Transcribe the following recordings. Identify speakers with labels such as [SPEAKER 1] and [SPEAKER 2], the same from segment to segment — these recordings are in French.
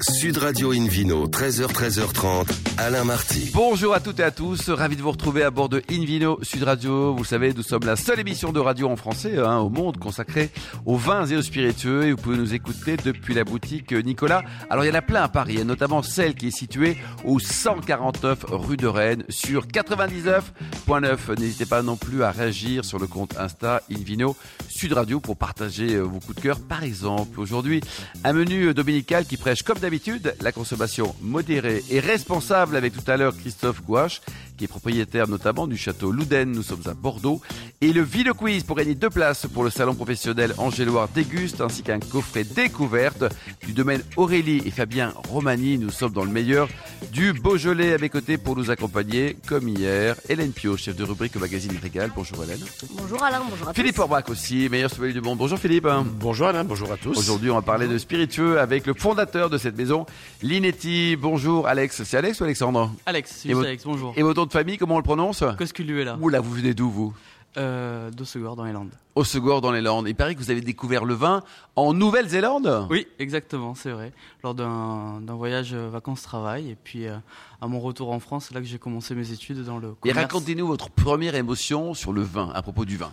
[SPEAKER 1] Sud Radio Invino, 13h, 13h30, Alain Marty.
[SPEAKER 2] Bonjour à toutes et à tous, ravi de vous retrouver à bord de Invino Sud Radio. Vous le savez, nous sommes la seule émission de radio en français hein, au monde consacrée aux vins et aux spiritueux. Et vous pouvez nous écouter depuis la boutique Nicolas. Alors il y en a plein à Paris, et notamment celle qui est située au 149 rue de Rennes sur 99.9. N'hésitez pas non plus à réagir sur le compte Insta Invino Sud Radio pour partager euh, vos coups de cœur. Par exemple, aujourd'hui, un menu dominical qui prêche comme d'habitude, la consommation modérée et responsable avec tout à l'heure Christophe Gouache, qui est propriétaire notamment du château Louden, nous sommes à Bordeaux, et le Ville Quiz pour gagner deux places pour le salon professionnel Angéloire Déguste, ainsi qu'un coffret découverte du domaine Aurélie et Fabien Romani, nous sommes dans le meilleur du Beaujolais à mes côtés pour nous accompagner, comme hier, Hélène Pio, chef de rubrique au magazine Régal, bonjour Hélène.
[SPEAKER 3] Bonjour Alain, Ah, bonjour à
[SPEAKER 2] Philippe
[SPEAKER 3] tous.
[SPEAKER 2] Orbach aussi, meilleur sommelier du monde, bonjour Philippe.
[SPEAKER 4] Bonjour Alain, bonjour à tous.
[SPEAKER 2] Aujourd'hui, on va parler de spiritueux avec le fondateur de cette maison, Linetti. Bonjour Alex. C'est Alex ou Alexandre
[SPEAKER 5] Alex, c'est
[SPEAKER 2] Et
[SPEAKER 5] juste
[SPEAKER 2] votre-
[SPEAKER 5] Alex, bonjour.
[SPEAKER 2] Et votre nom de famille, comment on le prononce
[SPEAKER 5] Cosculuela,
[SPEAKER 2] Oula, vous venez d'où vous
[SPEAKER 5] euh, de Segor dans les Landes.
[SPEAKER 2] Au Segor dans les Landes. Il paraît que vous avez découvert le vin en Nouvelle-Zélande
[SPEAKER 5] Oui, exactement, c'est vrai. Lors d'un d'un voyage euh, vacances-travail, et puis euh, à mon retour en France, c'est là que j'ai commencé mes études dans le
[SPEAKER 2] Et
[SPEAKER 5] commerce.
[SPEAKER 2] racontez-nous votre première émotion sur le vin, à propos du vin.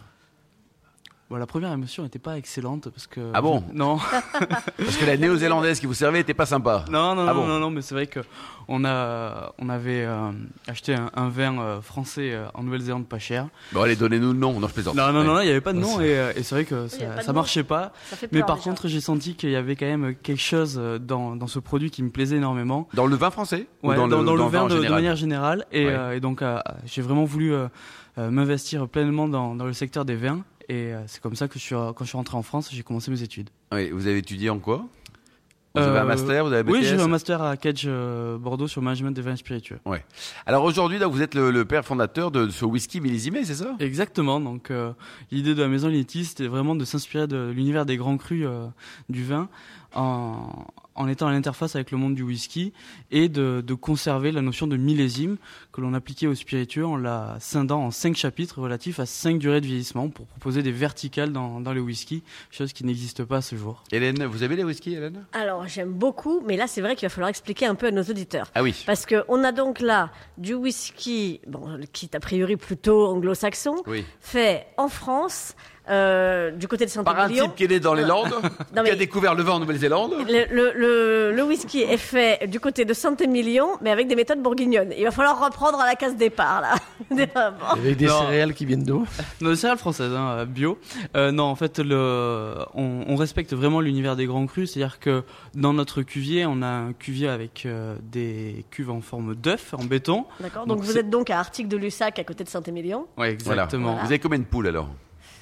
[SPEAKER 5] Bon, la première émotion n'était pas excellente parce que.
[SPEAKER 2] Ah bon
[SPEAKER 5] Non,
[SPEAKER 2] Parce que la néo-zélandaise qui vous servait était pas sympa.
[SPEAKER 5] non, non,
[SPEAKER 2] Ah
[SPEAKER 5] non,
[SPEAKER 2] bon
[SPEAKER 5] non, non, mais c'est vrai que on a, on avait euh, acheté un, un vin euh, français euh, en Nouvelle-Zélande pas cher.
[SPEAKER 2] Bon, allez, donnez-nous le nom. Non, je plaisante.
[SPEAKER 5] Non, non,
[SPEAKER 2] Ouais.
[SPEAKER 5] non, non, il n'y avait pas de nom, et, euh, et c'est vrai que
[SPEAKER 3] il y avait pas
[SPEAKER 5] ça,
[SPEAKER 3] de
[SPEAKER 5] ça
[SPEAKER 3] nom.
[SPEAKER 5] marchait pas.
[SPEAKER 3] Ça fait
[SPEAKER 5] Mais
[SPEAKER 3] peur,
[SPEAKER 5] par
[SPEAKER 3] déjà.
[SPEAKER 5] contre, j'ai senti qu'il y avait quand même quelque chose euh, dans, dans ce produit qui me plaisait énormément.
[SPEAKER 2] Dans le vin français ou
[SPEAKER 5] Ouais, dans, dans le
[SPEAKER 2] vin en
[SPEAKER 5] vin de, de
[SPEAKER 2] général
[SPEAKER 5] manière générale. Et,
[SPEAKER 2] Ouais.
[SPEAKER 5] euh, et donc, euh, j'ai vraiment voulu euh, euh, m'investir pleinement dans, dans le secteur des vins. Et euh, c'est comme ça que je suis, euh, quand je suis rentré en France, j'ai commencé mes études.
[SPEAKER 2] Oui, vous avez étudié en quoi Vous
[SPEAKER 5] Euh,
[SPEAKER 2] avez un master, vous avez un
[SPEAKER 5] Oui,
[SPEAKER 2] BTS
[SPEAKER 5] j'ai eu un master à Cage euh, Bordeaux sur le management des vins spiritueux.
[SPEAKER 2] Alors aujourd'hui, là, vous êtes le, le père fondateur de ce whisky millésimé, c'est ça
[SPEAKER 5] Exactement. Donc, euh, l'idée de la maison Linetti, c'était vraiment de s'inspirer de l'univers des grands crus euh, du vin en, en étant à l'interface avec le monde du whisky et de, de conserver la notion de millésime que l'on appliquait au spiritueux en la scindant en cinq chapitres relatifs à cinq durées de vieillissement pour proposer des verticales dans, dans les whiskies, chose qui n'existe pas à ce jour.
[SPEAKER 2] Hélène, vous avez les whisky, Hélène
[SPEAKER 3] Alors j'aime beaucoup, mais là c'est vrai qu'il va falloir expliquer un peu à nos auditeurs.
[SPEAKER 2] Ah oui.
[SPEAKER 3] Parce qu'on a donc là du whisky, bon, qui est a priori plutôt anglo-saxon,
[SPEAKER 2] Oui.
[SPEAKER 3] fait en France, euh, du côté de
[SPEAKER 2] Par un
[SPEAKER 3] Saint-Émilion.
[SPEAKER 2] type qui est né dans
[SPEAKER 5] Euh,
[SPEAKER 2] les Landes,
[SPEAKER 3] Non,
[SPEAKER 2] qui a
[SPEAKER 3] mais-
[SPEAKER 2] découvert le vin en Nouvelle-Zélande.
[SPEAKER 3] Le, le- le- le whisky est fait du côté de Saint-Émilion, mais avec des méthodes bourguignonnes. Il va falloir reprendre à la case départ, là. Bon.
[SPEAKER 4] Avec des
[SPEAKER 5] Non.
[SPEAKER 4] céréales qui viennent d'où
[SPEAKER 5] Non, c'est la française, hein, euh, bio. Euh, non, en fait, le, on, on respecte vraiment l'univers des grands crus, c'est-à-dire que dans notre cuvier, on a un cuvier avec euh, des cuves en forme d'œuf, en béton.
[SPEAKER 3] D'accord Donc,
[SPEAKER 5] Donc,
[SPEAKER 3] vous
[SPEAKER 5] c'est-
[SPEAKER 3] êtes donc à Arctique de Lussac, à côté de Saint-Émilion.
[SPEAKER 5] Ouais,
[SPEAKER 2] Voilà.
[SPEAKER 5] exactement.
[SPEAKER 2] Vous avez combien de poules alors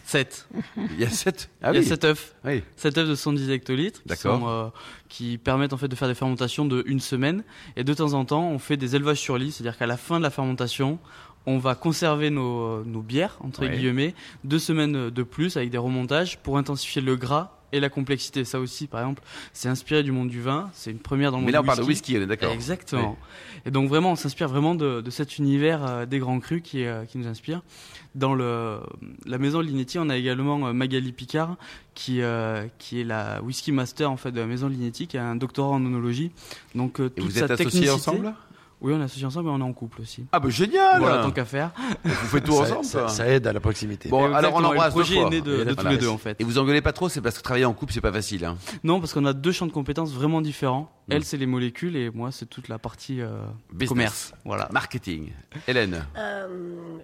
[SPEAKER 5] 7.
[SPEAKER 2] Il y a 7. Ah
[SPEAKER 5] Il y a
[SPEAKER 2] oui.
[SPEAKER 5] 7 œufs.
[SPEAKER 2] Oui.
[SPEAKER 5] 7 œufs de 110 hectolitres qui,
[SPEAKER 2] D'accord.
[SPEAKER 5] sont, euh, qui permettent en fait de faire des fermentations de une semaine. Et de temps en temps, on fait des élevages sur lit, c'est-à-dire qu'à la fin de la fermentation, on va conserver nos, euh, nos bières, entre
[SPEAKER 2] Ouais.
[SPEAKER 5] guillemets, deux semaines de plus avec des remontages pour intensifier le gras et la complexité. Ça aussi, par exemple, c'est inspiré du monde du vin, c'est une première dans le
[SPEAKER 2] Mais
[SPEAKER 5] monde
[SPEAKER 2] là, on
[SPEAKER 5] du
[SPEAKER 2] parle de whisky, on est d'accord.
[SPEAKER 5] Exactement. Et donc vraiment, on s'inspire vraiment de, de cet univers euh, des grands crus qui, euh, qui nous inspire. Dans le, la maison Linetti, on a également euh, Magali Picard, qui, euh, qui est la whisky master en fait de la maison Linetti, qui a un doctorat en onologie. Donc euh,
[SPEAKER 2] Et
[SPEAKER 5] toute
[SPEAKER 2] vous
[SPEAKER 5] sa
[SPEAKER 2] êtes associés
[SPEAKER 5] technicité-
[SPEAKER 2] ensemble
[SPEAKER 5] Oui, on est associés ensemble et on est en couple aussi.
[SPEAKER 2] Ah bah génial
[SPEAKER 5] Voilà, tant qu'à faire.
[SPEAKER 2] Vous faites tout
[SPEAKER 4] ça,
[SPEAKER 2] ensemble ça.
[SPEAKER 4] ça, ça aide à la proximité.
[SPEAKER 2] Bon, alors on
[SPEAKER 5] Exactement, et
[SPEAKER 2] l'embrasse
[SPEAKER 5] Le
[SPEAKER 2] deux
[SPEAKER 5] projet
[SPEAKER 2] fois.
[SPEAKER 5] est né de, de tous
[SPEAKER 2] Voilà.
[SPEAKER 5] les deux en fait.
[SPEAKER 2] Et vous engueulez pas trop, c'est parce que travailler en couple, c'est pas facile. hein.
[SPEAKER 5] Non, parce qu'on a deux champs de compétences vraiment différents.
[SPEAKER 2] Mm.
[SPEAKER 5] Elle, c'est les molécules et moi, c'est toute la partie euh,
[SPEAKER 2] Business.
[SPEAKER 5] commerce. Voilà.
[SPEAKER 2] Marketing. Hélène.
[SPEAKER 3] Euh,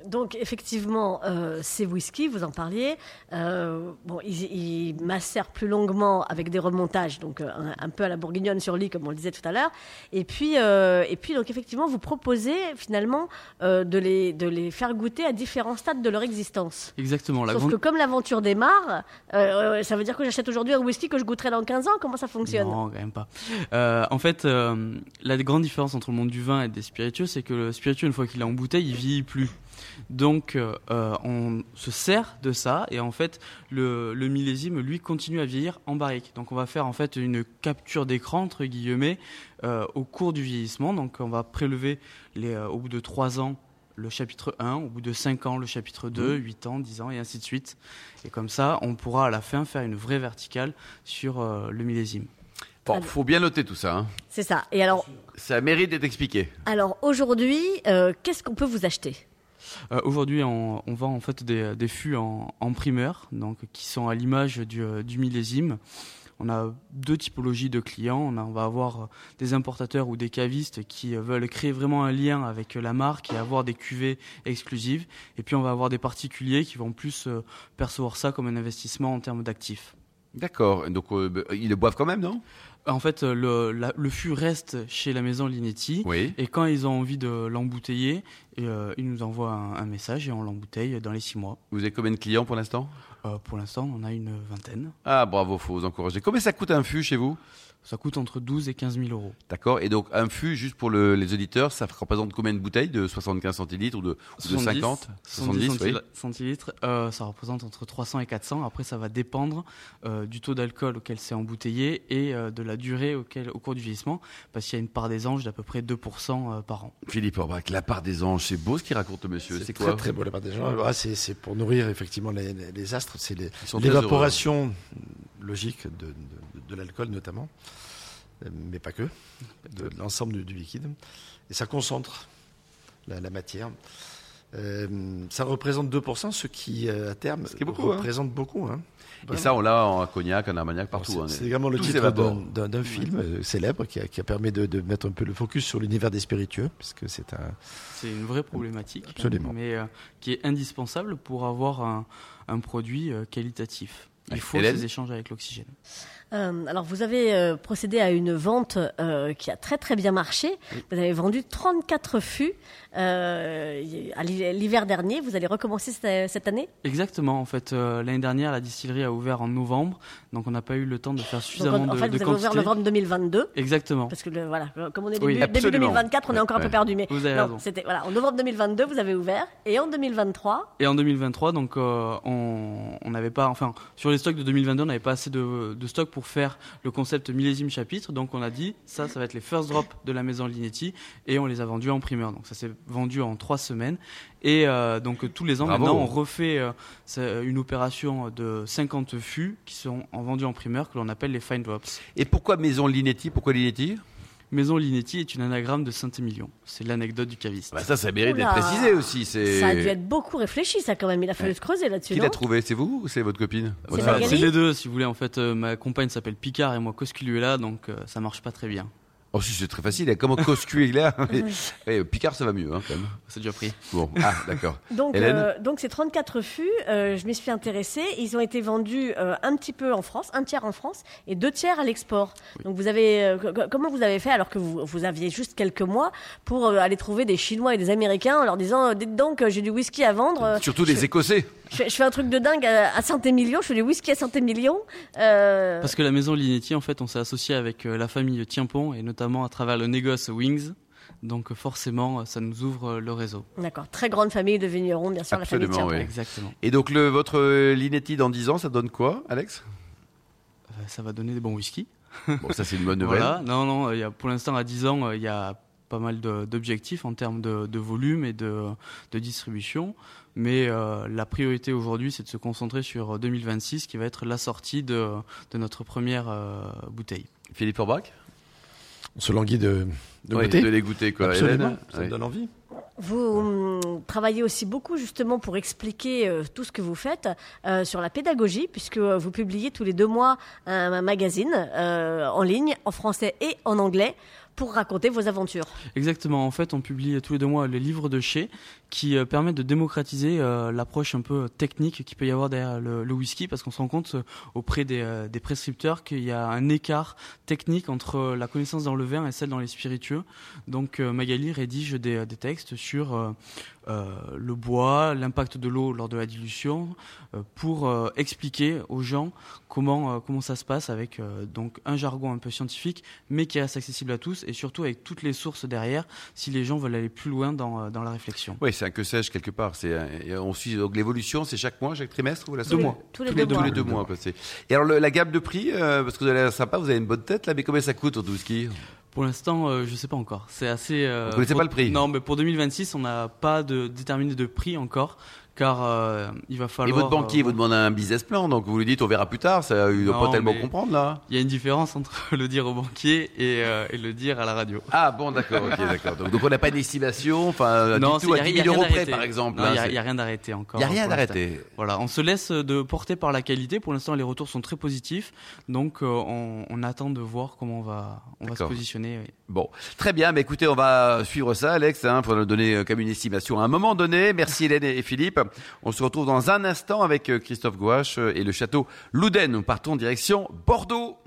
[SPEAKER 3] donc effectivement, euh, ces whiskies, vous en parliez, euh, bon, ils, ils macèrent plus longuement avec des remontages, donc euh, un, un peu à la bourguignonne sur lit, comme on le disait tout à l'heure. Et puis, euh, et puis donc effectivement, vous proposez finalement euh, de, les, de les faire goûter à différents stades de leur existence.
[SPEAKER 5] Exactement. La
[SPEAKER 3] Sauf
[SPEAKER 5] grande-
[SPEAKER 3] que comme l'aventure démarre, euh, euh, ça veut dire que j'achète aujourd'hui un whisky que je goûterai dans 15 ans. Comment ça fonctionne
[SPEAKER 5] Non, quand même pas. Euh, en fait, euh, la grande différence entre le monde du vin et des spiritueux, c'est que le spiritueux, une fois qu'il est en bouteille, il vieillit plus. Donc, euh, euh, on se sert de ça et en fait, le, le millésime, lui, continue à vieillir en barrique. Donc, on va faire en fait une capture d'écran, entre guillemets, euh, au cours du vieillissement. Donc, on va prélever les, euh, au bout de 3 ans le chapitre 1, au bout de 5 ans le chapitre 2, 8 ans, 10 ans et ainsi de suite. Et comme ça, on pourra à la fin faire une vraie verticale sur euh, le millésime.
[SPEAKER 2] Bon,
[SPEAKER 3] Alors-
[SPEAKER 2] faut bien noter tout ça. hein.
[SPEAKER 3] C'est ça. Et alors,
[SPEAKER 2] Ça mérite d'être expliqué.
[SPEAKER 3] alors aujourd'hui, euh, qu'est-ce qu'on peut vous acheter
[SPEAKER 5] Euh, Aujourd'hui, on, on vend en fait des, des fûts en, en primeur, donc qui sont à l'image du, euh, du millésime. On a deux typologies de clients. On, a- on va avoir euh, des importateurs ou des cavistes qui euh, veulent créer vraiment un lien avec euh, la marque et avoir des cuvées exclusives. Et puis, on va avoir des particuliers qui vont plus euh, percevoir ça comme un investissement en termes d'actifs.
[SPEAKER 2] D'accord. Donc, euh, bah, ils le boivent quand même, non
[SPEAKER 5] En fait, euh, le, la- le fût reste chez la maison Linetti.
[SPEAKER 2] Oui.
[SPEAKER 5] Et quand ils ont envie de l'embouteiller, et, euh, ils nous envoient un, un message et on l'embouteille dans les six mois.
[SPEAKER 2] Vous avez combien de clients pour l'instant
[SPEAKER 5] Euh, pour l'instant, on en a une vingtaine.
[SPEAKER 2] Ah, bravo, faut vous encourager. Combien ça coûte un fût chez vous
[SPEAKER 5] Ça coûte entre 12 et 15 000 euros.
[SPEAKER 2] D'accord. Et donc, un fût, juste pour le- les auditeurs, ça représente combien de bouteilles De 75 centilitres ou de, ou de 50
[SPEAKER 5] 70
[SPEAKER 2] 70, oui.
[SPEAKER 5] centil- centilitres. Euh, ça représente entre 300 et 400. Après, ça va dépendre euh, du taux d'alcool auquel c'est embouteillé et euh, de la durée auquel, au cours du vieillissement, parce qu'il y a une part des anges d'à peu près 2% euh, par an.
[SPEAKER 2] Philippe Orbrac, la part des anges, c'est beau ce qu'il raconte, monsieur. C'est quoi
[SPEAKER 4] très très beau la part des gens. Ah, c'est c'est pour nourrir effectivement les, les- les astres, c'est les-
[SPEAKER 2] Ils sont très
[SPEAKER 4] l'évaporation logique de, de- de l'alcool notamment, euh, mais pas que, de, de l'ensemble du, du liquide. Et ça concentre la, la matière. Euh, ça représente 2%, ce qui euh, à terme
[SPEAKER 2] qui est beaucoup, hein.
[SPEAKER 4] représente beaucoup. hein.
[SPEAKER 2] Et
[SPEAKER 4] Vraiment.
[SPEAKER 2] ça, on l'a en cognac, en armagnac, partout.
[SPEAKER 4] Alors,
[SPEAKER 2] hein.
[SPEAKER 4] Oh, C'est c'est également le
[SPEAKER 2] Tout
[SPEAKER 4] titre
[SPEAKER 2] s'évapore.
[SPEAKER 4] d'un- d'un d'un film euh, célèbre qui a, qui a permis de, de mettre un peu le focus sur l'univers des spiritueux, puisque c'est un.
[SPEAKER 5] C'est une vraie problématique,
[SPEAKER 4] Absolument.
[SPEAKER 5] mais euh, qui est indispensable pour avoir un, un produit euh, qualitatif. Il
[SPEAKER 2] Avec
[SPEAKER 5] faut
[SPEAKER 2] Hélène
[SPEAKER 5] ces échanges avec l'oxygène.
[SPEAKER 3] Euh, Alors, vous avez euh, procédé à une vente euh, qui a très très bien marché. Vous avez vendu 34 fûts euh, y- à l'hi- l'hiver dernier. Vous allez recommencer cette, cette année
[SPEAKER 5] Exactement, en fait, euh, l'année dernière, la distillerie a ouvert en novembre, donc on n'a pas eu le temps de faire
[SPEAKER 3] Donc,
[SPEAKER 5] suffisamment
[SPEAKER 3] en, en
[SPEAKER 5] de,
[SPEAKER 3] fait, vous
[SPEAKER 5] de
[SPEAKER 3] avez
[SPEAKER 5] quantité.
[SPEAKER 3] ouvert novembre 2022.
[SPEAKER 5] Exactement.
[SPEAKER 3] Parce que le- voilà, comme on est
[SPEAKER 5] Oui,
[SPEAKER 3] début, début
[SPEAKER 2] absolument.
[SPEAKER 3] 2024, on est
[SPEAKER 2] Ouais,
[SPEAKER 3] encore un
[SPEAKER 2] ouais.
[SPEAKER 3] peu perdu. Mais
[SPEAKER 5] Vous avez
[SPEAKER 3] non,
[SPEAKER 5] raison.
[SPEAKER 3] c'était voilà, en novembre 2022, vous avez ouvert, et en 2023,
[SPEAKER 5] Et en 2023, donc euh, on on n'avait pas, enfin, sur les stocks de 2022, on n'avait pas assez de, de stock pour faire le concept millésime chapitre, donc on a dit ça, ça va être les first drops de la maison Linetti, et on les a vendus en primeur. Donc ça s'est vendu en trois semaines, et euh, donc tous les ans
[SPEAKER 2] Bravo.
[SPEAKER 5] maintenant, on refait euh, c'est une opération de 50 fûts qui sont en- vendus en primeur que l'on appelle les fine drops.
[SPEAKER 2] Et pourquoi Maison Linetti Pourquoi Linetti
[SPEAKER 5] Maison Linetti est une anagramme de Saint-Émilion. C'est l'anecdote du caviste.
[SPEAKER 2] bah Ça, ça mérite
[SPEAKER 3] Oula.
[SPEAKER 2] d'être précisé aussi. C'est...
[SPEAKER 3] ça a dû être beaucoup réfléchi, ça quand même. Il a fallu se creuser là-dessus.
[SPEAKER 2] Qui
[SPEAKER 3] non
[SPEAKER 2] l'a trouvé C'est vous ou c'est votre copine
[SPEAKER 3] C'est
[SPEAKER 2] Votre
[SPEAKER 5] Enfin,
[SPEAKER 2] femme
[SPEAKER 3] Magali
[SPEAKER 5] c'est les deux, si vous voulez. En fait, euh, ma compagne s'appelle Picard et moi Cosculuela, donc euh, ça marche pas très bien.
[SPEAKER 2] Oh, si, c'est très facile. Comment Coscu est là
[SPEAKER 3] Ah
[SPEAKER 2] Eh, Picard, ça va mieux, hein, quand même.
[SPEAKER 5] C'est déjà pris.
[SPEAKER 2] Bon, ah, d'accord.
[SPEAKER 3] Donc,
[SPEAKER 2] Hélène
[SPEAKER 3] euh, donc ces 34 fûts, euh, je m'y suis intéressée. Ils ont été vendus euh, un petit peu en France, un tiers en France et deux tiers à l'export. Donc, vous avez euh, co- co- comment vous avez fait alors que vous, vous aviez juste quelques mois pour euh, aller trouver des Chinois et des Américains en leur disant euh, dites donc euh, j'ai du whisky à vendre. euh,
[SPEAKER 2] Surtout
[SPEAKER 3] je,
[SPEAKER 2] les Écossais.
[SPEAKER 3] je fais- je fais un truc de dingue à, à Saint-Émilion. Je fais du whisky à Saint-Émilion. Euh,
[SPEAKER 5] Parce que la maison Linetti, en fait, on s'est associé avec euh, la famille Tiempon et notamment à travers le négoce Wings. Donc euh, forcément, euh, ça nous ouvre euh, le réseau.
[SPEAKER 3] D'accord, très grande famille de vignerons, bien sûr, la
[SPEAKER 2] Absolument,
[SPEAKER 3] famille
[SPEAKER 2] oui.
[SPEAKER 3] Tiens.
[SPEAKER 5] Exactement.
[SPEAKER 2] Et donc, le, votre euh, Linetti dans 10 ans, ça donne quoi, Alex
[SPEAKER 5] Euh, ça va donner des bons whisky.
[SPEAKER 2] Bon, ça, c'est une bonne nouvelle.
[SPEAKER 5] Voilà. Non, non. euh, il y a- pour l'instant, à 10 ans, euh, il y a pas mal de- d'objectifs en termes de, de volume et de, de distribution. Mais euh, la priorité aujourd'hui, c'est de se concentrer sur euh, 2026, qui va être la sortie de, de notre première euh, bouteille.
[SPEAKER 2] Philippe Orbach
[SPEAKER 4] On se languit de, de
[SPEAKER 2] Oui,
[SPEAKER 4] goûter.
[SPEAKER 2] de les goûter, quoi.
[SPEAKER 4] Absolument,
[SPEAKER 2] Hélène
[SPEAKER 4] ça
[SPEAKER 2] Oui.
[SPEAKER 4] me donne envie.
[SPEAKER 3] Vous hum, travaillez aussi beaucoup justement pour expliquer euh, tout ce que vous faites euh, sur la pédagogie, puisque euh, vous publiez tous les deux mois un, un magazine euh, en ligne, en français et en anglais, pour raconter vos aventures.
[SPEAKER 5] Exactement. En fait, on publie tous les deux mois les livres de chez qui euh, permettent de démocratiser euh, l'approche un peu technique qu'il peut y avoir derrière le, le whisky parce qu'on se rend compte euh, auprès des, euh, des prescripteurs qu'il y a un écart technique entre euh, la connaissance dans le vin et celle dans les spiritueux. Donc euh, Magali rédige des, des textes sur euh, euh, le bois, l'impact de l'eau lors de la dilution euh, pour euh, expliquer aux gens comment, euh, comment ça se passe avec euh, donc un jargon un peu scientifique mais qui reste accessible à tous et surtout avec toutes les sources derrière si les gens veulent aller plus loin dans, euh, dans la réflexion.
[SPEAKER 2] Oui, c'est un que sais-je quelque part. C'est un- et on suit donc l'évolution, c'est chaque mois, chaque trimestre ou la
[SPEAKER 3] Tous les-
[SPEAKER 5] mois.
[SPEAKER 3] Tous les
[SPEAKER 2] Tous
[SPEAKER 3] deux
[SPEAKER 2] les deux,
[SPEAKER 3] mois.
[SPEAKER 2] les deux mois. quoi, c'est- Et alors le- la gamme de prix, euh, parce que vous avez l'air sympa, vous avez une bonne tête là, mais combien ça coûte au ski
[SPEAKER 5] Pour l'instant, euh, je sais pas encore. C'est assez. euh,
[SPEAKER 2] Vous connaissez
[SPEAKER 5] pour-
[SPEAKER 2] pas le prix
[SPEAKER 5] Non, mais pour 2026, on n'a pas de, déterminé de prix encore. car euh, il va falloir.
[SPEAKER 2] Et votre banquier
[SPEAKER 5] euh,
[SPEAKER 2] vous demande un business plan, donc vous lui dites on verra plus tard, ça, il ne doit
[SPEAKER 5] Non,
[SPEAKER 2] pas tellement
[SPEAKER 5] mais-
[SPEAKER 2] comprendre là.
[SPEAKER 5] Il y a une différence entre le dire au banquier et, euh, et le dire à la radio.
[SPEAKER 2] Ah bon, d'accord, ok, d'accord. Donc, donc on n'a pas d'estimation, enfin, Euh, du
[SPEAKER 5] c'est-
[SPEAKER 2] tout
[SPEAKER 5] y
[SPEAKER 2] à
[SPEAKER 5] a-
[SPEAKER 2] 10
[SPEAKER 5] y a
[SPEAKER 2] 000 euros
[SPEAKER 5] rien
[SPEAKER 2] près
[SPEAKER 5] d'arrêté.
[SPEAKER 2] par exemple.
[SPEAKER 5] Non,
[SPEAKER 2] hein,
[SPEAKER 5] Il n'y a,
[SPEAKER 2] c'est-
[SPEAKER 5] y a rien d'arrêté encore.
[SPEAKER 2] il y a rien
[SPEAKER 5] pour l'instant.
[SPEAKER 2] d'arrêté.
[SPEAKER 5] Voilà, on se laisse de porter par la qualité. Pour l'instant, les retours sont très positifs. Donc, euh, on, on attend de voir comment on va, on va se
[SPEAKER 2] D'accord.
[SPEAKER 5] positionner. euh, oui.
[SPEAKER 2] Bon, très bien. Mais écoutez, on va euh, suivre ça, Alex, hein, pour nous donner euh, comme une estimation à un moment donné. Merci Hélène et Philippe. On se retrouve dans un instant avec euh, Christophe Gouache euh, et le château Louden. Nous partons en direction Bordeaux.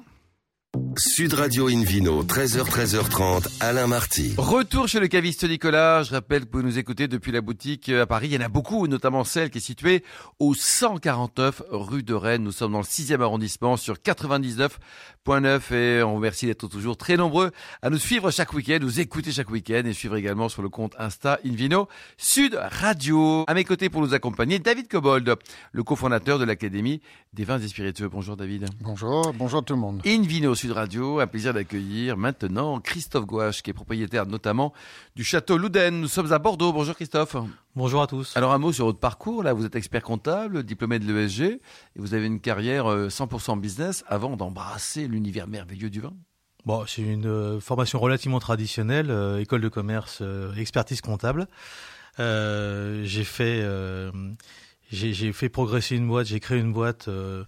[SPEAKER 1] Sud Radio Invino, 13h, 13h30, Alain Marty.
[SPEAKER 2] Retour chez le caviste Nicolas. Je rappelle que vous nous écoutez depuis la boutique euh, à Paris. Il y en a beaucoup, notamment celle qui est située au 149 rue de Rennes. Nous sommes dans le 6e arrondissement sur 99.9 et on vous remercie d'être toujours très nombreux à nous suivre chaque week-end, nous écouter chaque week-end et suivre également sur le compte Insta Invino Sud Radio. À mes côtés pour nous accompagner, David Cobold, le cofondateur de l'Académie des vins et spiritueux. Bonjour David.
[SPEAKER 6] Bonjour, bonjour tout le monde.
[SPEAKER 2] Invino Sud Radio, un plaisir d'accueillir maintenant Christophe Gouache, qui est propriétaire notamment du château Louden. Nous sommes à Bordeaux. Bonjour Christophe.
[SPEAKER 7] Bonjour à tous.
[SPEAKER 2] Alors un mot sur votre parcours. Là, vous êtes expert comptable, diplômé de l'ESG, et vous avez une carrière euh, 100% business avant d'embrasser l'univers merveilleux du vin.
[SPEAKER 7] Bon, c'est une euh, formation relativement traditionnelle, euh, école de commerce, euh, expertise comptable. Euh, j'ai fait, euh, j'ai j'ai fait progresser une boîte, j'ai créé une boîte euh,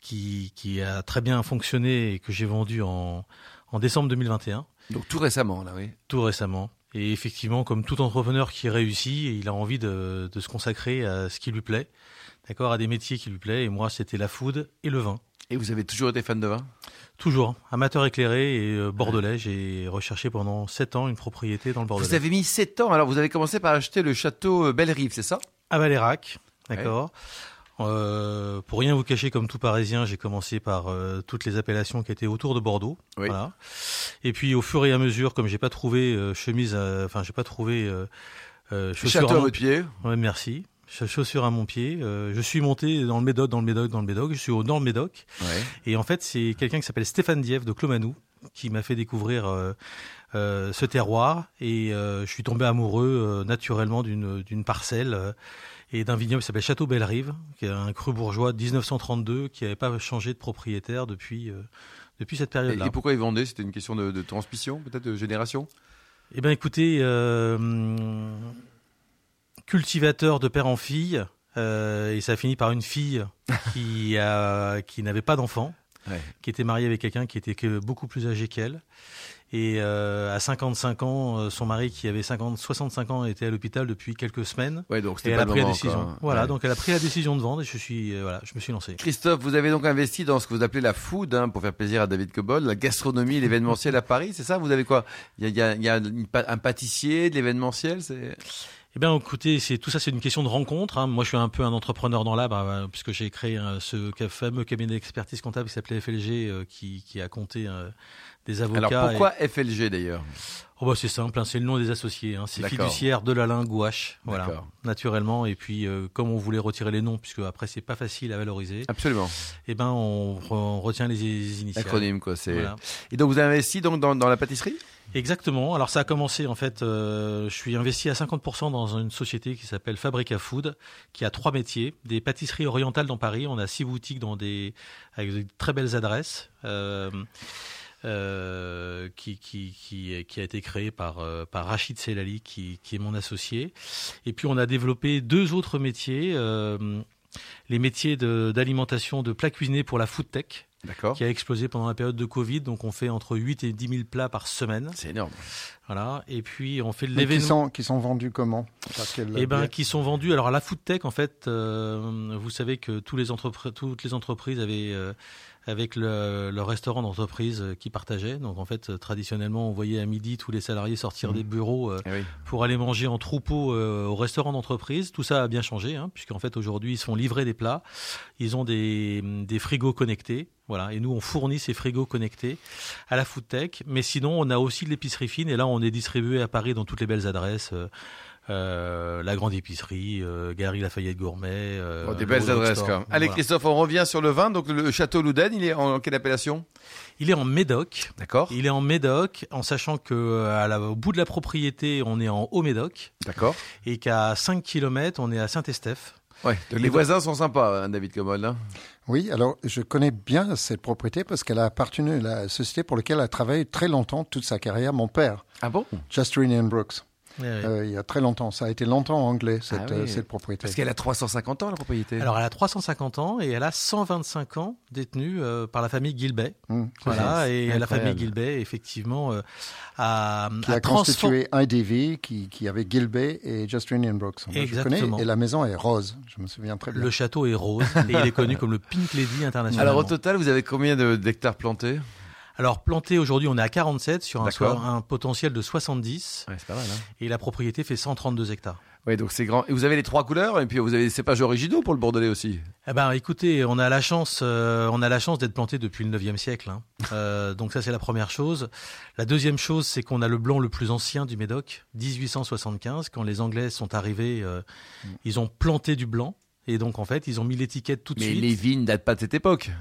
[SPEAKER 7] qui, qui a très bien fonctionné et que j'ai vendue en, en décembre 2021,
[SPEAKER 2] Donc tout récemment, là, oui.
[SPEAKER 7] tout récemment. Et effectivement, comme tout entrepreneur qui réussit, il a envie de, de se consacrer à ce qui lui plaît, d'accord, à des métiers qui lui plaisent. Et moi, c'était la food et le vin.
[SPEAKER 2] Et vous avez toujours été fan de vin
[SPEAKER 7] Toujours, amateur éclairé et euh, bordelais. J'ai recherché pendant 7 ans une propriété dans le Bordelais.
[SPEAKER 2] Vous avez mis 7 ans. Alors vous avez commencé par acheter le château euh, Belle-Rive, c'est ça
[SPEAKER 7] À Valérac, d'accord. Euh, pour rien vous cacher, comme tout Parisien, j'ai commencé par euh, toutes les appellations qui étaient autour de Bordeaux.
[SPEAKER 2] Oui.
[SPEAKER 7] Voilà. Et puis, au fur et à mesure, comme j'ai pas trouvé euh, chemise, à- enfin, j'ai pas trouvé euh, euh, chaussures
[SPEAKER 2] Château
[SPEAKER 7] à
[SPEAKER 2] à
[SPEAKER 7] mon-
[SPEAKER 2] votre pied.
[SPEAKER 7] Ouais, merci. Cha- Chaussures à mon pied. Euh, je suis monté dans le Médoc, dans le Médoc, dans le Médoc. Je suis au, dans le Médoc. Et en fait, c'est quelqu'un qui s'appelle Stéphane Dieff de Clomanou qui m'a fait découvrir euh, euh, ce terroir et euh, je suis tombé amoureux euh, naturellement d'une d'une parcelle euh, et d'un vignoble qui s'appelle Château Belle-Rive, qui est un cru bourgeois de 1932 qui n'avait pas changé de propriétaire depuis euh, depuis cette
[SPEAKER 2] Et,
[SPEAKER 7] période-là.
[SPEAKER 2] et pourquoi ils vendaient C'était une question de, de transmission, peut-être de génération
[SPEAKER 7] Eh bien, écoutez, euh, hum, cultivateur de père en fille, euh, et ça a fini par une fille qui, a- qui n'avait pas d'enfant,
[SPEAKER 2] Ouais.
[SPEAKER 7] qui était mariée avec quelqu'un qui était que- beaucoup plus âgé qu'elle. Et euh, à 55 ans, euh, son mari qui avait 50, 65 ans était à l'hôpital depuis quelques semaines.
[SPEAKER 2] Ouais, donc
[SPEAKER 7] Et
[SPEAKER 2] c'était
[SPEAKER 7] elle
[SPEAKER 2] pas
[SPEAKER 7] a
[SPEAKER 2] le
[SPEAKER 7] pris la
[SPEAKER 2] moment
[SPEAKER 7] décision.
[SPEAKER 2] encore, hein.
[SPEAKER 7] Voilà,
[SPEAKER 2] Ouais.
[SPEAKER 7] donc elle a pris la décision de vendre et je, suis, euh, voilà, je me suis lancé.
[SPEAKER 2] Christophe, vous avez donc investi dans ce que vous appelez la food, hein, pour faire plaisir à David Cobol, la gastronomie, l'événementiel à Paris, c'est ça Vous avez quoi Il y a, il y a- il y a une pa- un pâtissier, de l'événementiel c'est...
[SPEAKER 7] Eh bien, écoutez, c'est tout ça, c'est une question de rencontre. hein. Moi, je suis un peu un entrepreneur dans l'âme, hein, puisque j'ai créé euh, ce ca- fameux cabinet d'expertise comptable qui s'appelait FLG, euh, qui, qui a compté euh, des avocats.
[SPEAKER 2] Alors
[SPEAKER 7] et-
[SPEAKER 2] pourquoi FLG d'ailleurs
[SPEAKER 7] Oh, bah, c'est simple, hein, c'est le nom des associés. hein. c'est
[SPEAKER 2] D'accord.
[SPEAKER 7] fiduciaire de la gouache, voilà,
[SPEAKER 2] D'accord.
[SPEAKER 7] naturellement. Et puis, euh, comme on voulait retirer les noms, puisque après c'est pas facile à valoriser,
[SPEAKER 2] Absolument.
[SPEAKER 7] eh ben on, re- on retient les, les initiales.
[SPEAKER 2] Acronyme quoi. C'est...
[SPEAKER 7] Voilà.
[SPEAKER 2] Et donc vous avez investi donc dans, dans la pâtisserie
[SPEAKER 7] Exactement. Alors ça a commencé en fait. euh, je suis investi à 50% dans une société qui s'appelle Fabrica Food, qui a trois métiers des pâtisseries orientales dans Paris. On a six boutiques dans des avec de très belles adresses. euh, euh, qui, qui, qui, qui a été créé par, euh, par Rachid Selali, qui, qui est mon associé. Et puis on a développé deux autres métiers, euh, les métiers de- d'alimentation de, plats cuisinés pour la food tech,
[SPEAKER 2] D'accord.
[SPEAKER 7] qui a explosé pendant la période de Covid. Donc on fait entre 8 et 10 000 plats par semaine.
[SPEAKER 2] C'est énorme.
[SPEAKER 7] Voilà. Et puis on fait de
[SPEAKER 6] Mais Qui
[SPEAKER 7] l'événement.
[SPEAKER 6] sont, qui sont vendus comment Par quel
[SPEAKER 7] Eh ben,
[SPEAKER 6] biais
[SPEAKER 7] qui sont vendus. Alors, à la food tech, en fait, euh, vous savez que tous les entrepre- toutes les entreprises avaient, euh, avec le, le restaurant d'entreprise euh, qui partageait. Donc, en fait, euh, traditionnellement, on voyait à midi tous les salariés sortir des bureaux euh,
[SPEAKER 2] Eh oui.
[SPEAKER 7] pour aller manger en troupeau euh, au restaurant d'entreprise. Tout ça a bien changé, hein, puisqu'en fait, aujourd'hui, ils se font livrer des plats. Ils ont des, des frigos connectés. Voilà. Et nous, on fournit ces frigos connectés à la food tech. Mais sinon, on a aussi de l'épicerie fine. Et là, on est distribué à Paris dans toutes les belles adresses. euh, euh, la grande épicerie, euh, Gary Lafayette Gourmet. euh,
[SPEAKER 2] Bon, Oh, des
[SPEAKER 7] le
[SPEAKER 2] belles
[SPEAKER 7] Royal
[SPEAKER 2] adresses
[SPEAKER 7] Store.
[SPEAKER 2] quand même. Allez
[SPEAKER 7] Voilà.
[SPEAKER 2] Christophe, on revient sur le vin. Donc le château Louden, il est en, en quelle appellation
[SPEAKER 7] Il est en Médoc.
[SPEAKER 2] D'accord.
[SPEAKER 7] Il est en Médoc, en sachant que euh, à la- au bout de la propriété, on est en Haut Médoc.
[SPEAKER 2] D'accord.
[SPEAKER 7] et qu'à 5 km, on est à Saint-Estèphe.
[SPEAKER 2] Ouais, donc les voisins sont sympas, hein, David Cobol. hein.
[SPEAKER 6] Oui, alors je connais bien cette propriété parce qu'elle a appartenu à la société pour laquelle a travaillé très longtemps, toute sa carrière, mon père,
[SPEAKER 2] Ah bon
[SPEAKER 6] Justine and Brooks.
[SPEAKER 7] Ouais, ouais.
[SPEAKER 6] Euh, il y a très longtemps, ça a été longtemps anglais, cette,
[SPEAKER 2] Ah oui.
[SPEAKER 6] euh, cette propriété.
[SPEAKER 2] Parce qu'elle a 350 ans, la propriété.
[SPEAKER 7] Alors, elle a 350 ans et elle a 125 ans détenue euh, par la famille Gilbey.
[SPEAKER 6] Mmh.
[SPEAKER 7] Voilà, et la
[SPEAKER 6] incroyable.
[SPEAKER 7] famille Gilbey, effectivement, euh, a,
[SPEAKER 6] Qui a, constitué IDV, qui, qui avait Gilbey et Justine and Brooks. Moi, je
[SPEAKER 7] Exactement.
[SPEAKER 6] connais, et la maison est rose, je me souviens très bien.
[SPEAKER 7] Le château est rose et il est connu comme le Pink Lady international.
[SPEAKER 2] Alors, au total, vous avez combien de- d'hectares plantés
[SPEAKER 7] Alors planté aujourd'hui, on est à 47 sur un,
[SPEAKER 2] D'accord.
[SPEAKER 7] so- un potentiel de 70
[SPEAKER 2] Ouais, c'est pas mal. hein.
[SPEAKER 7] et la propriété fait 132 hectares.
[SPEAKER 2] Oui, donc c'est grand. Et vous avez les trois couleurs, et puis vous avez des cépages originaux pour le Bordelais aussi.
[SPEAKER 7] Eh ben, écoutez, on a la chance, euh, on a la chance d'être planté depuis le 9e siècle. hein. Euh, donc ça, c'est la première chose. La deuxième chose, c'est qu'on a le blanc le plus ancien du Médoc, 1875, quand les Anglais sont arrivés, euh, ils ont planté du blanc. Et donc en fait, ils ont mis l'étiquette tout de
[SPEAKER 2] Mais
[SPEAKER 7] suite.
[SPEAKER 2] les vignes datent pas de cette époque.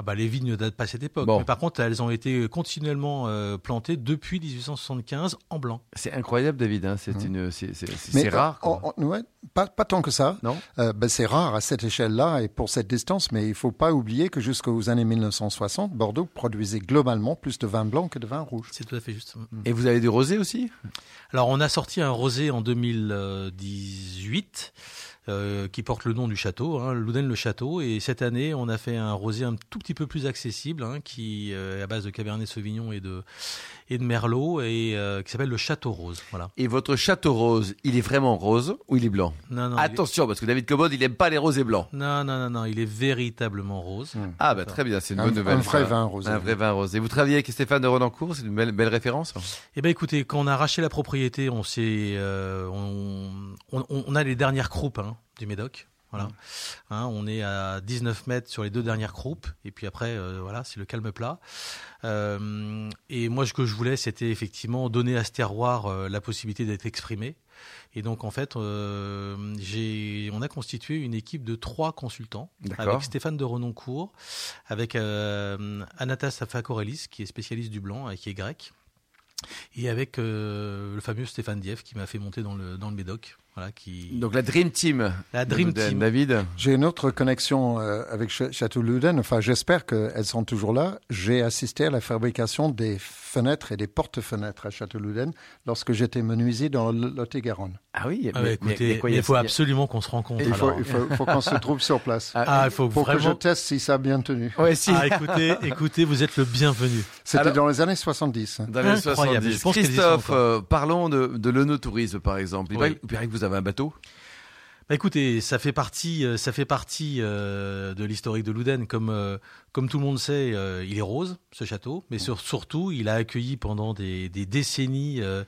[SPEAKER 7] Ah bah les vignes ne datent pas de cette époque.
[SPEAKER 2] Bon.
[SPEAKER 7] Mais par contre, elles ont été continuellement euh, plantées depuis 1875 en blanc.
[SPEAKER 2] C'est incroyable, David. hein. C'est
[SPEAKER 6] Mhm.
[SPEAKER 2] une, c'est- c'est- c'est-
[SPEAKER 6] Mais
[SPEAKER 2] c'est rare. quoi.
[SPEAKER 6] on- on- ouais, pas, pas tant que ça.
[SPEAKER 2] Non
[SPEAKER 6] Euh, ben, c'est rare à cette échelle-là et pour cette distance, mais il faut pas oublier que jusqu'aux années 1960, Bordeaux produisait globalement plus de vin blanc que de vin rouge.
[SPEAKER 7] C'est tout à fait juste.
[SPEAKER 2] Et vous avez du rosé aussi
[SPEAKER 7] Alors on a sorti un rosé en 2018 euh, qui porte le nom du château, hein, Louden le château. Et cette année, on a fait un rosé un tout petit peu plus accessible, hein, qui euh, est à base de Cabernet Sauvignon et de et de Merlot et euh, qui s'appelle le Château Rose. Voilà.
[SPEAKER 2] Et votre château rose, il est vraiment rose ou il est blanc
[SPEAKER 7] Non non. il est-
[SPEAKER 2] Attention, parce que David Cobod, il aime pas les rosés blancs.
[SPEAKER 7] Non non non non, il est véritablement rose.
[SPEAKER 2] Ah, bah très bien, c'est une
[SPEAKER 6] Un-
[SPEAKER 2] bonne nouvelle.
[SPEAKER 6] un vrai
[SPEAKER 2] ça.
[SPEAKER 6] vin rosé.
[SPEAKER 2] Un vrai vin rosé. Vous travaillez avec Stéphane de Renancourt, c'est une belle, belle référence.
[SPEAKER 7] Eh ben écoutez, quand on a arraché la propriété, on s'est, euh, on, on, on a les dernières croupes hein, du Médoc. Voilà, Hein, on est à 19 mètres sur les deux dernières croupes, et puis après, euh, voilà, c'est le calme plat. Euh, et moi, ce que je voulais, c'était effectivement donner à ce terroir euh, la possibilité d'être exprimé. Et donc, en fait, euh, j'ai, on a constitué une équipe de trois consultants
[SPEAKER 2] D'accord.
[SPEAKER 7] avec Stéphane de Renoncourt, avec euh, Anatas Safakorelis, qui est spécialiste du blanc et qui est grec, et avec euh, le fameux Stéphane Dieff, qui m'a fait monter dans le, dans le Médoc. Voilà, qui...
[SPEAKER 2] Donc la Dream Team.
[SPEAKER 7] La Dream
[SPEAKER 2] de- de-
[SPEAKER 7] Team.
[SPEAKER 2] David.
[SPEAKER 6] J'ai une autre connexion euh, avec Ch- Château Luden. Enfin, j'espère qu'elles sont toujours là. J'ai assisté à la fabrication des fenêtres et des porte-fenêtres à Château Luden lorsque j'étais menuisier dans le Lot-et-Garonne.
[SPEAKER 2] Ah oui,
[SPEAKER 7] Ah
[SPEAKER 2] mais-
[SPEAKER 7] ouais,
[SPEAKER 2] mais-
[SPEAKER 7] écoutez,
[SPEAKER 2] mais quoi,
[SPEAKER 7] il faut
[SPEAKER 2] y a-
[SPEAKER 7] absolument qu'on se rencontre.
[SPEAKER 6] Il faut,
[SPEAKER 7] alors.
[SPEAKER 6] il faut- faut qu'on se trouve sur place
[SPEAKER 7] Ah, il faut
[SPEAKER 6] pour que je
[SPEAKER 7] vraiment.
[SPEAKER 6] teste si ça a bien tenu.
[SPEAKER 2] Ouais, si.
[SPEAKER 7] Ah, écoutez, écoutez, vous êtes le bienvenu.
[SPEAKER 6] C'était
[SPEAKER 2] Alors-
[SPEAKER 6] dans les années 70. hein.
[SPEAKER 2] Dans les 70.
[SPEAKER 7] Incroyable, je pense qu'elles y sont
[SPEAKER 2] Christophe,
[SPEAKER 7] encore.
[SPEAKER 2] euh, parlons de, de l'onotourisme par exemple. Il
[SPEAKER 7] Oui.
[SPEAKER 2] paraît- il paraît que vous avez un bateau.
[SPEAKER 7] Bah, écoutez, ça fait partie, euh, ça fait partie euh, de l'historique de Louden. Comme euh, comme tout le monde sait, euh, il est rose ce château, mais sur- surtout, il a accueilli pendant des, des décennies euh,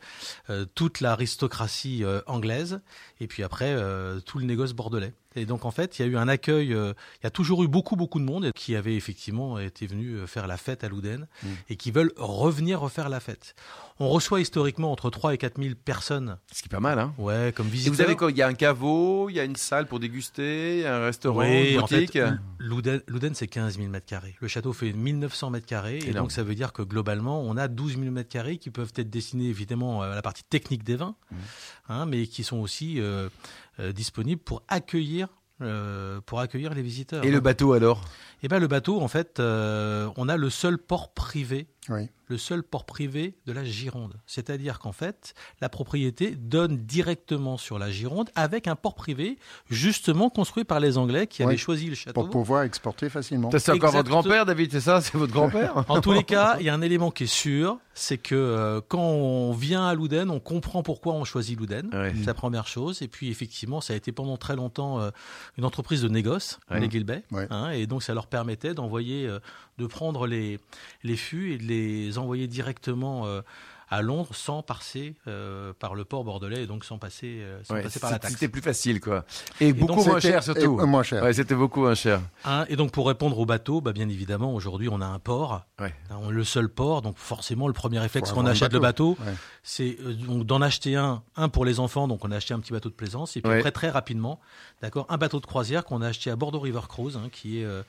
[SPEAKER 7] euh, toute l'aristocratie euh, anglaise, et puis après euh, tout le négoce bordelais. Et donc en fait, il y a eu un accueil. euh, il y a toujours eu beaucoup beaucoup de monde qui avait effectivement été venu euh, faire la fête à Louden
[SPEAKER 2] Mmh.
[SPEAKER 7] et qui veulent revenir refaire la fête. On reçoit historiquement entre 3 et 4 000 personnes,
[SPEAKER 2] Ce qui est pas mal, hein.
[SPEAKER 7] ouais, comme
[SPEAKER 2] Et
[SPEAKER 7] visiteurs.
[SPEAKER 2] vous avez quoi Il y a un caveau, il y a une salle pour déguster, il y a un restaurant,
[SPEAKER 7] Oui,
[SPEAKER 2] une
[SPEAKER 7] en fait,
[SPEAKER 2] boutique.
[SPEAKER 7] L- Louden, Louden, c'est 15 000 mètres carrés. Le château fait 1900 mètres carrés. Et
[SPEAKER 2] Énorme.
[SPEAKER 7] donc, ça veut dire que globalement, on a 12 000 mètres carrés qui peuvent être destinés évidemment à la partie technique des vins,
[SPEAKER 2] Mmh.
[SPEAKER 7] hein, mais qui sont aussi euh, euh, disponibles pour accueillir. euh, pour accueillir les visiteurs.
[SPEAKER 2] Et le bateau alors
[SPEAKER 7] Eh ben, le bateau, en fait, euh, on a le seul port privé,
[SPEAKER 6] Oui.
[SPEAKER 7] le seul port privé de la Gironde. C'est-à-dire qu'en fait, la propriété donne directement sur la Gironde avec un port privé justement construit par les Anglais qui
[SPEAKER 6] Oui.
[SPEAKER 7] avaient choisi le château.
[SPEAKER 6] Pour pouvoir exporter facilement.
[SPEAKER 2] Ça, C'est encore votre
[SPEAKER 7] Exactement.
[SPEAKER 2] grand-père, David, c'est ça C'est votre grand-père
[SPEAKER 7] En tous les cas, il y a un élément qui est sûr, c'est que euh, quand on vient à Louden, on comprend pourquoi on choisit Louden.
[SPEAKER 2] Ouais.
[SPEAKER 7] C'est la première chose. Et puis effectivement, ça a été pendant très longtemps euh, une entreprise de négoce,
[SPEAKER 2] Ouais.
[SPEAKER 7] les Gilbey.
[SPEAKER 6] Ouais.
[SPEAKER 7] hein, et donc ça leur permettait d'envoyer, euh, de prendre les, les fûts et de les envoyer directement euh, à Londres sans passer euh, par le port bordelais et donc sans passer, euh, sans
[SPEAKER 2] Ouais,
[SPEAKER 7] passer par la
[SPEAKER 2] c'était-
[SPEAKER 7] taxe.
[SPEAKER 2] C'était plus facile, quoi. Et, beaucoup
[SPEAKER 7] donc,
[SPEAKER 2] moins
[SPEAKER 6] C'était-
[SPEAKER 2] cher, surtout.
[SPEAKER 6] et- euh, moins cher.
[SPEAKER 2] Ouais, c'était beaucoup moins cher.
[SPEAKER 7] Hein, et donc pour répondre au bateau, bah bien évidemment, aujourd'hui on a un port,
[SPEAKER 2] Ouais.
[SPEAKER 7] Hein, on- le seul port, donc forcément le premier réflexe
[SPEAKER 6] Faut
[SPEAKER 7] quand on
[SPEAKER 6] avoir un
[SPEAKER 7] achète le
[SPEAKER 6] bateau.
[SPEAKER 7] bateau,
[SPEAKER 6] Ouais.
[SPEAKER 7] c'est euh, donc d'en acheter un, un pour les enfants, donc on a acheté un petit bateau de plaisance, et puis
[SPEAKER 2] Ouais.
[SPEAKER 7] après très rapidement, d'accord, un bateau de croisière qu'on a acheté à Bordeaux River Cruise, hein, qui est euh,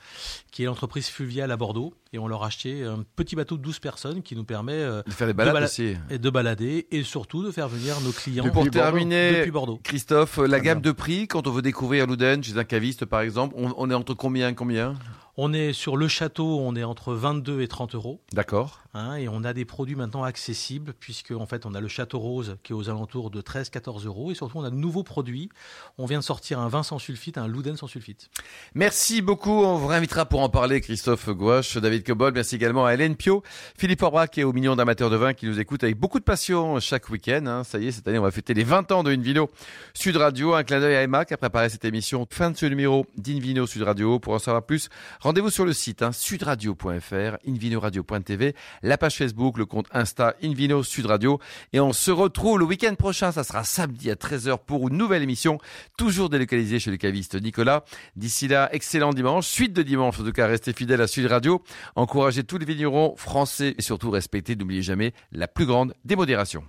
[SPEAKER 7] qui est l'entreprise fluviale à Bordeaux, et on leur a acheté un petit bateau de 12 personnes qui nous permet euh,
[SPEAKER 2] De faire des balades
[SPEAKER 7] de bala-
[SPEAKER 2] aussi. balader.
[SPEAKER 7] et de balader et surtout de faire venir nos clients
[SPEAKER 2] Pour
[SPEAKER 7] depuis
[SPEAKER 2] terminer-
[SPEAKER 7] Bordeaux- depuis Bordeaux.
[SPEAKER 2] Christophe, euh, la
[SPEAKER 6] bien.
[SPEAKER 2] gamme de prix, quand on veut découvrir Louden chez un caviste par exemple, on, on est entre combien et combien
[SPEAKER 7] On est sur le château, on est entre 22 et 30 euros.
[SPEAKER 2] D'accord.
[SPEAKER 7] hein, et on a des produits maintenant accessibles, puisque en fait on a le Château Rose qui est aux alentours de 13-14 euros, et surtout on a de nouveaux produits. On vient de sortir un vin sans sulfite, un Louden sans sulfite.
[SPEAKER 2] Merci beaucoup. On vous réinvitera pour en parler, Christophe Gouache, David Cobol. Merci également à Hélène Pio, Philippe Orbra qui est au million d'amateurs de vin qui nous écoute avec beaucoup de passion chaque week-end. hein. Ça y est, cette année, on va fêter les 20 ans de Invino Sud Radio. Un clin d'œil à Emma qui a préparé cette émission. Fin de ce numéro d'Invino Sud Radio. Pour en savoir plus, rendez-vous sur le site hein, sudradio.fr, invinoradio.tv, la page Facebook, le compte Insta Invino Sud Radio. Et on se retrouve le week-end prochain. Ça sera samedi à 13h pour une nouvelle émission, toujours délocalisée chez le caviste Nicolas. D'ici là, excellent dimanche, suite de dimanche, en tout cas, restez fidèles à Sud Radio, encouragez tous les vignerons français et surtout respectez, n'oubliez jamais, la plus grande démodération.